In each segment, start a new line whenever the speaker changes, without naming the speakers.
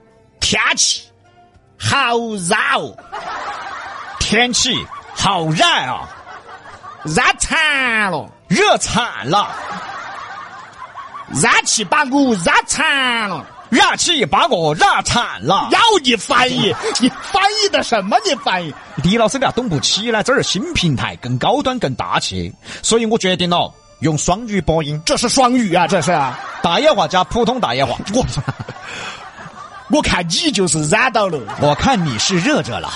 气，好热哦！
天气好热啊，
热惨了，
热惨了，
热气把我热惨了。
热气把我热惨了。
要你翻 译，你翻译的什么？你翻译？
李老师俩懂不起呢，这儿新平台更高端更大气，所以我决定了用双语播音，
这是双语啊，这是啊！
大野话加普通大野话。
我我看你就是染到了，
我看你是热着了，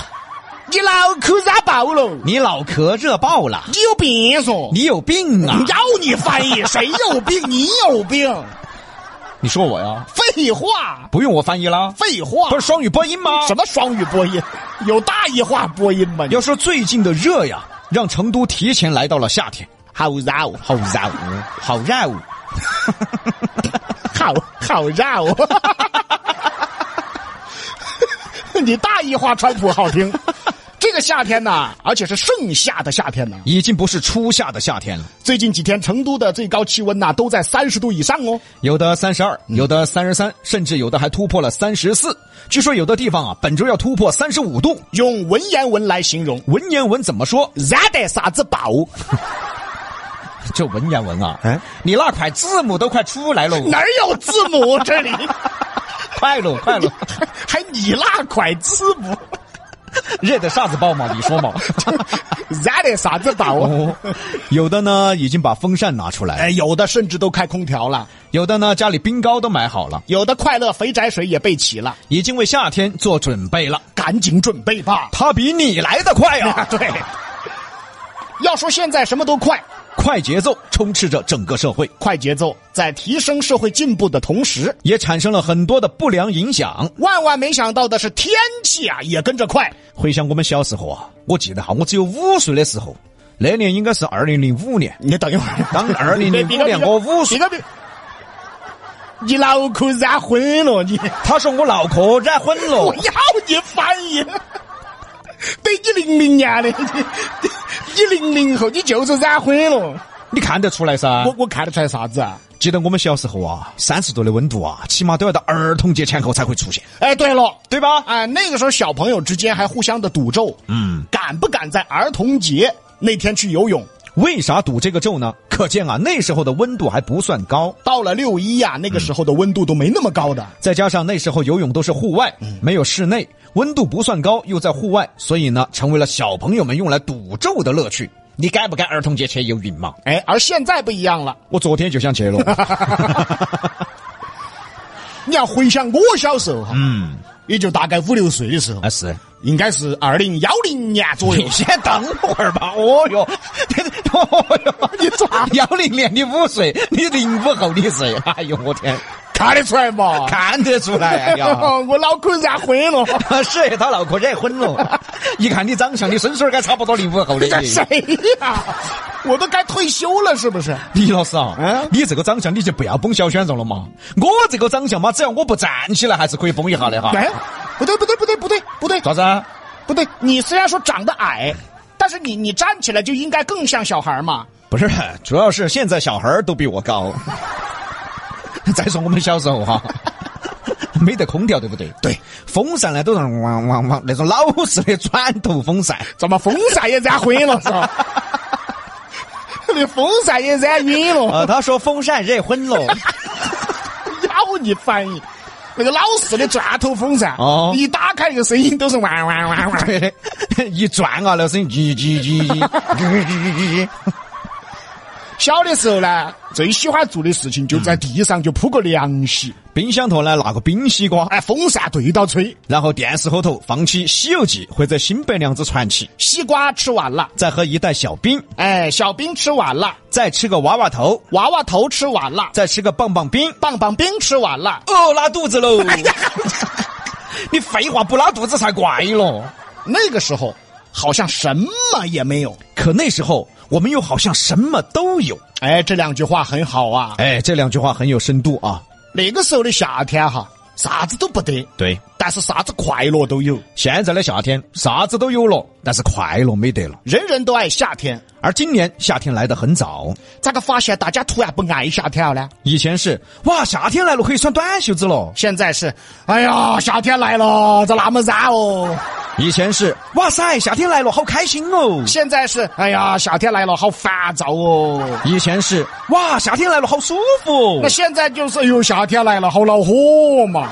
你脑壳染爆了，
你脑壳热爆了，
你有病嗦！
你有病啊！
要你翻译，谁有病？ 你有病！
你说我呀？
废话，
不用我翻译啦，
废话！
不是双语播音吗？
嗯什么双语播音，有大异化播音吗？你
要说最近的热呀，让成都提前来到了夏天，
好热哦，
好热哦，好热哦，
好好热哦！ 你大异化川普好听。这个夏天呐，而且是盛夏的夏天呢。
已经不是初夏的夏天了，
最近几天，成都的最高气温呐、都在三十度以上哦。
有的三十
嗯
二，有的三十三，甚至有的还突破了三十四。据说有的地方啊，本周要突破三十五度。
用文言文来形容，
文言文怎么说？
燃得啥子爆？
这文言文啊，
哎
你那块字母都快出来了，
哪儿有字母？这里
快了快了，
还你那块字母，
热得啥子 爆嘛？你说嘛？
燃得啥子爆啊？
哦，有的呢已经把风扇拿出来，
哎，有的甚至都开空调了，
有的呢家里冰糕都买好了，
有的快乐肥宅水也备齐了，
已经为夏天做准备了。
赶紧准备吧。
他比你来的快 啊！
对，要说现在什么都快，
快节奏充斥着整个社会，
快节奏在提升社会进步的同时，
也产生了很多的不良影响。
万万没想到的是，天气啊也跟着快。
回想我们小时候啊，我记得哈，我只有五岁的时候，那年应该是二零零五年。
你等一会 儿，
当二零零五年我五岁，
个比，你脑壳染昏了你！
他说我脑壳染昏了
我。要你翻译，对你零零年的，你 你零零后你就是染昏了。
你看得出来噻？
我看得出来啥子啊？
记得我们小时候啊，三十度的温度啊，起码都要到儿童节前后才会出现，
哎，对了。
对吧？
哎，那个时候小朋友之间还互相的赌咒，嗯，敢不敢在儿童节那天去游泳？
为啥赌这个咒呢？可见啊，那时候的温度还不算高，
到了六一呀、那个时候的温度都没那么高的。
再加上那时候游泳都是户外，没有室内，温度不算高，又在户外，所以呢，成为了小朋友们用来赌咒的乐趣。你该不该儿童节去游泳嘛？
哎，而现在不一样了。
我昨天就想去了。
你要回想我小时候哈，嗯，也就大概五六岁的时候，
啊，是，
应该是二零幺零年左右
你。先等会儿吧。哦哟， 哦哟，你咋？幺零年你五岁，你零五后你岁。哎呦，我天，
看得出来嘛？
看得出来 呀。哎
我脑壳染灰了。
是，他脑壳热昏了。一看你长相，你孙孙该差不多零五后的。
这谁呀？我都该退休了，是不是？
李老师啊，
嗯
你这个长相你就不要崩小鲜肉了嘛。我这个长相嘛，只要我不站起来，还是可以崩一下的哈。
哎，不对，不对，不对，不对，不对，
啥子？啊
不对！你虽然说长得矮，但是你你站起来就应该更像小孩嘛。
不是，主要是现在小孩儿都比我高。 再说我们小时候哈， 没得空调，对不对？
对，
风扇呢都是汪汪汪那种老式的转头风扇。
怎么风扇也染灰了是吧？ 你风扇也染晕了。
呃，他说风扇热昏了，
要你翻译。那个老式的转头风扇，
哦
一打开那个声音都是哇哇哇哇。
一转啊，那声音叽叽叽叽叽叽叽叽。
小的时候呢，最喜欢做的事情就在地上就铺个凉席，
冰箱头呢拿个冰西瓜，
哎，风扇对到吹，
然后电视后头放起《西游记》或者《新白娘子传奇》，
西瓜吃完了，
再喝一袋小冰，
哎，小冰吃完了，
再吃个娃娃头，
娃娃头吃完了，
再吃个棒棒冰。
棒棒冰吃完了，
哦，拉肚子喽！ 你废话不拉肚子才怪咯。
那个时候好像什么也没有。
可那时候我们又好像什么都有。
哎，这两句话很好啊。
哎，这两句话很有深度啊。
那个时候的夏天哈，啥子都不得，
对，
但是啥子快乐都有，
现在的夏天啥子都有了，但是快乐没得了。
人人都爱夏天，
而今年夏天来得很早，
咋个发现大家突然不爱夏天了呢？
以前是哇夏天来了可以穿短袖子了，
现在是，哎呀，夏天来了，咋那么热哦？
以前是哇塞夏天来了好开心哦，
现在是，哎呀，夏天来了，好烦躁哦。
以前是哇夏天来了好舒服
那
哦。
现在就是，哎呦，夏天来了，好恼火嘛。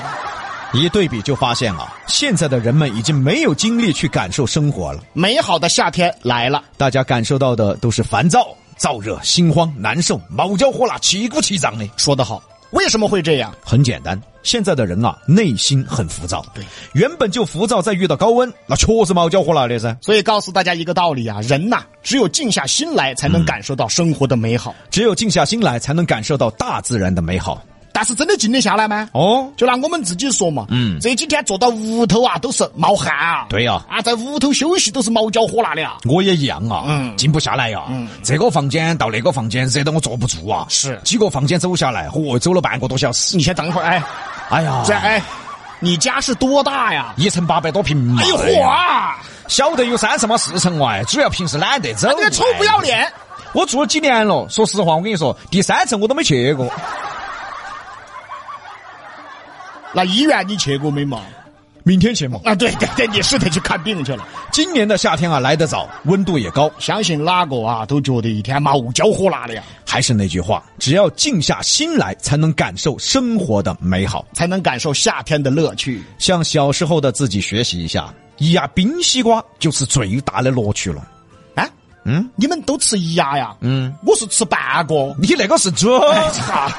一对比就发现啊，现在的人们已经没有精力去感受生活了，
美好的夏天来了，
大家感受到的都是烦躁、燥热、心慌、难受、毛焦火辣、气鼓气胀的。
说得好。为什么会这样？
很简单，现在的人啊，内心很浮躁。
对，
原本就浮躁，再遇到高温，那确实毛焦火辣的噻。
所以告诉大家一个道理啊，人呐、只有静下心来，才
嗯
能感受到生活的美好。
只有静下心来，才能感受到大自然的美好。
但是真的静得下来吗？
哦，
就拿我们自己说嘛，嗯，这几天坐到屋头啊，都是冒汗啊，
对呀
啊，在屋头休息都是毛焦火辣的啊。
我也一样啊，
嗯
静不下来呀、这个房间到那个房间，热得我坐不住啊。
是
几个房间走下来，嚯，走了半个多小时。
你先等一会儿，哎，
哎呀，
这哎，你家是多大呀？
一层八百多平嘛。
哎呦嚯、啊，
晓得有三十码四层哇，主要平时懒得走。
这个臭不要！脸！
我住了几年了，说实话，我跟你说，第三层我都没去过。
那医院你去过没嘛？
明天去嘛。
啊，对对对，你是得去看病去了。
今年的夏天啊，来得早，温度也高。
相信哪个啊都觉得一天毛焦火辣的呀，
还是那句话，只要静下心来，才能感受生活的美好。
才能感受夏天的乐趣。
向小时候的自己学习一下，一压冰西瓜就是最大的乐趣了。
啊，嗯，你们都吃一牙呀？嗯，我是吃半个。
你那个是猪。
哎呀，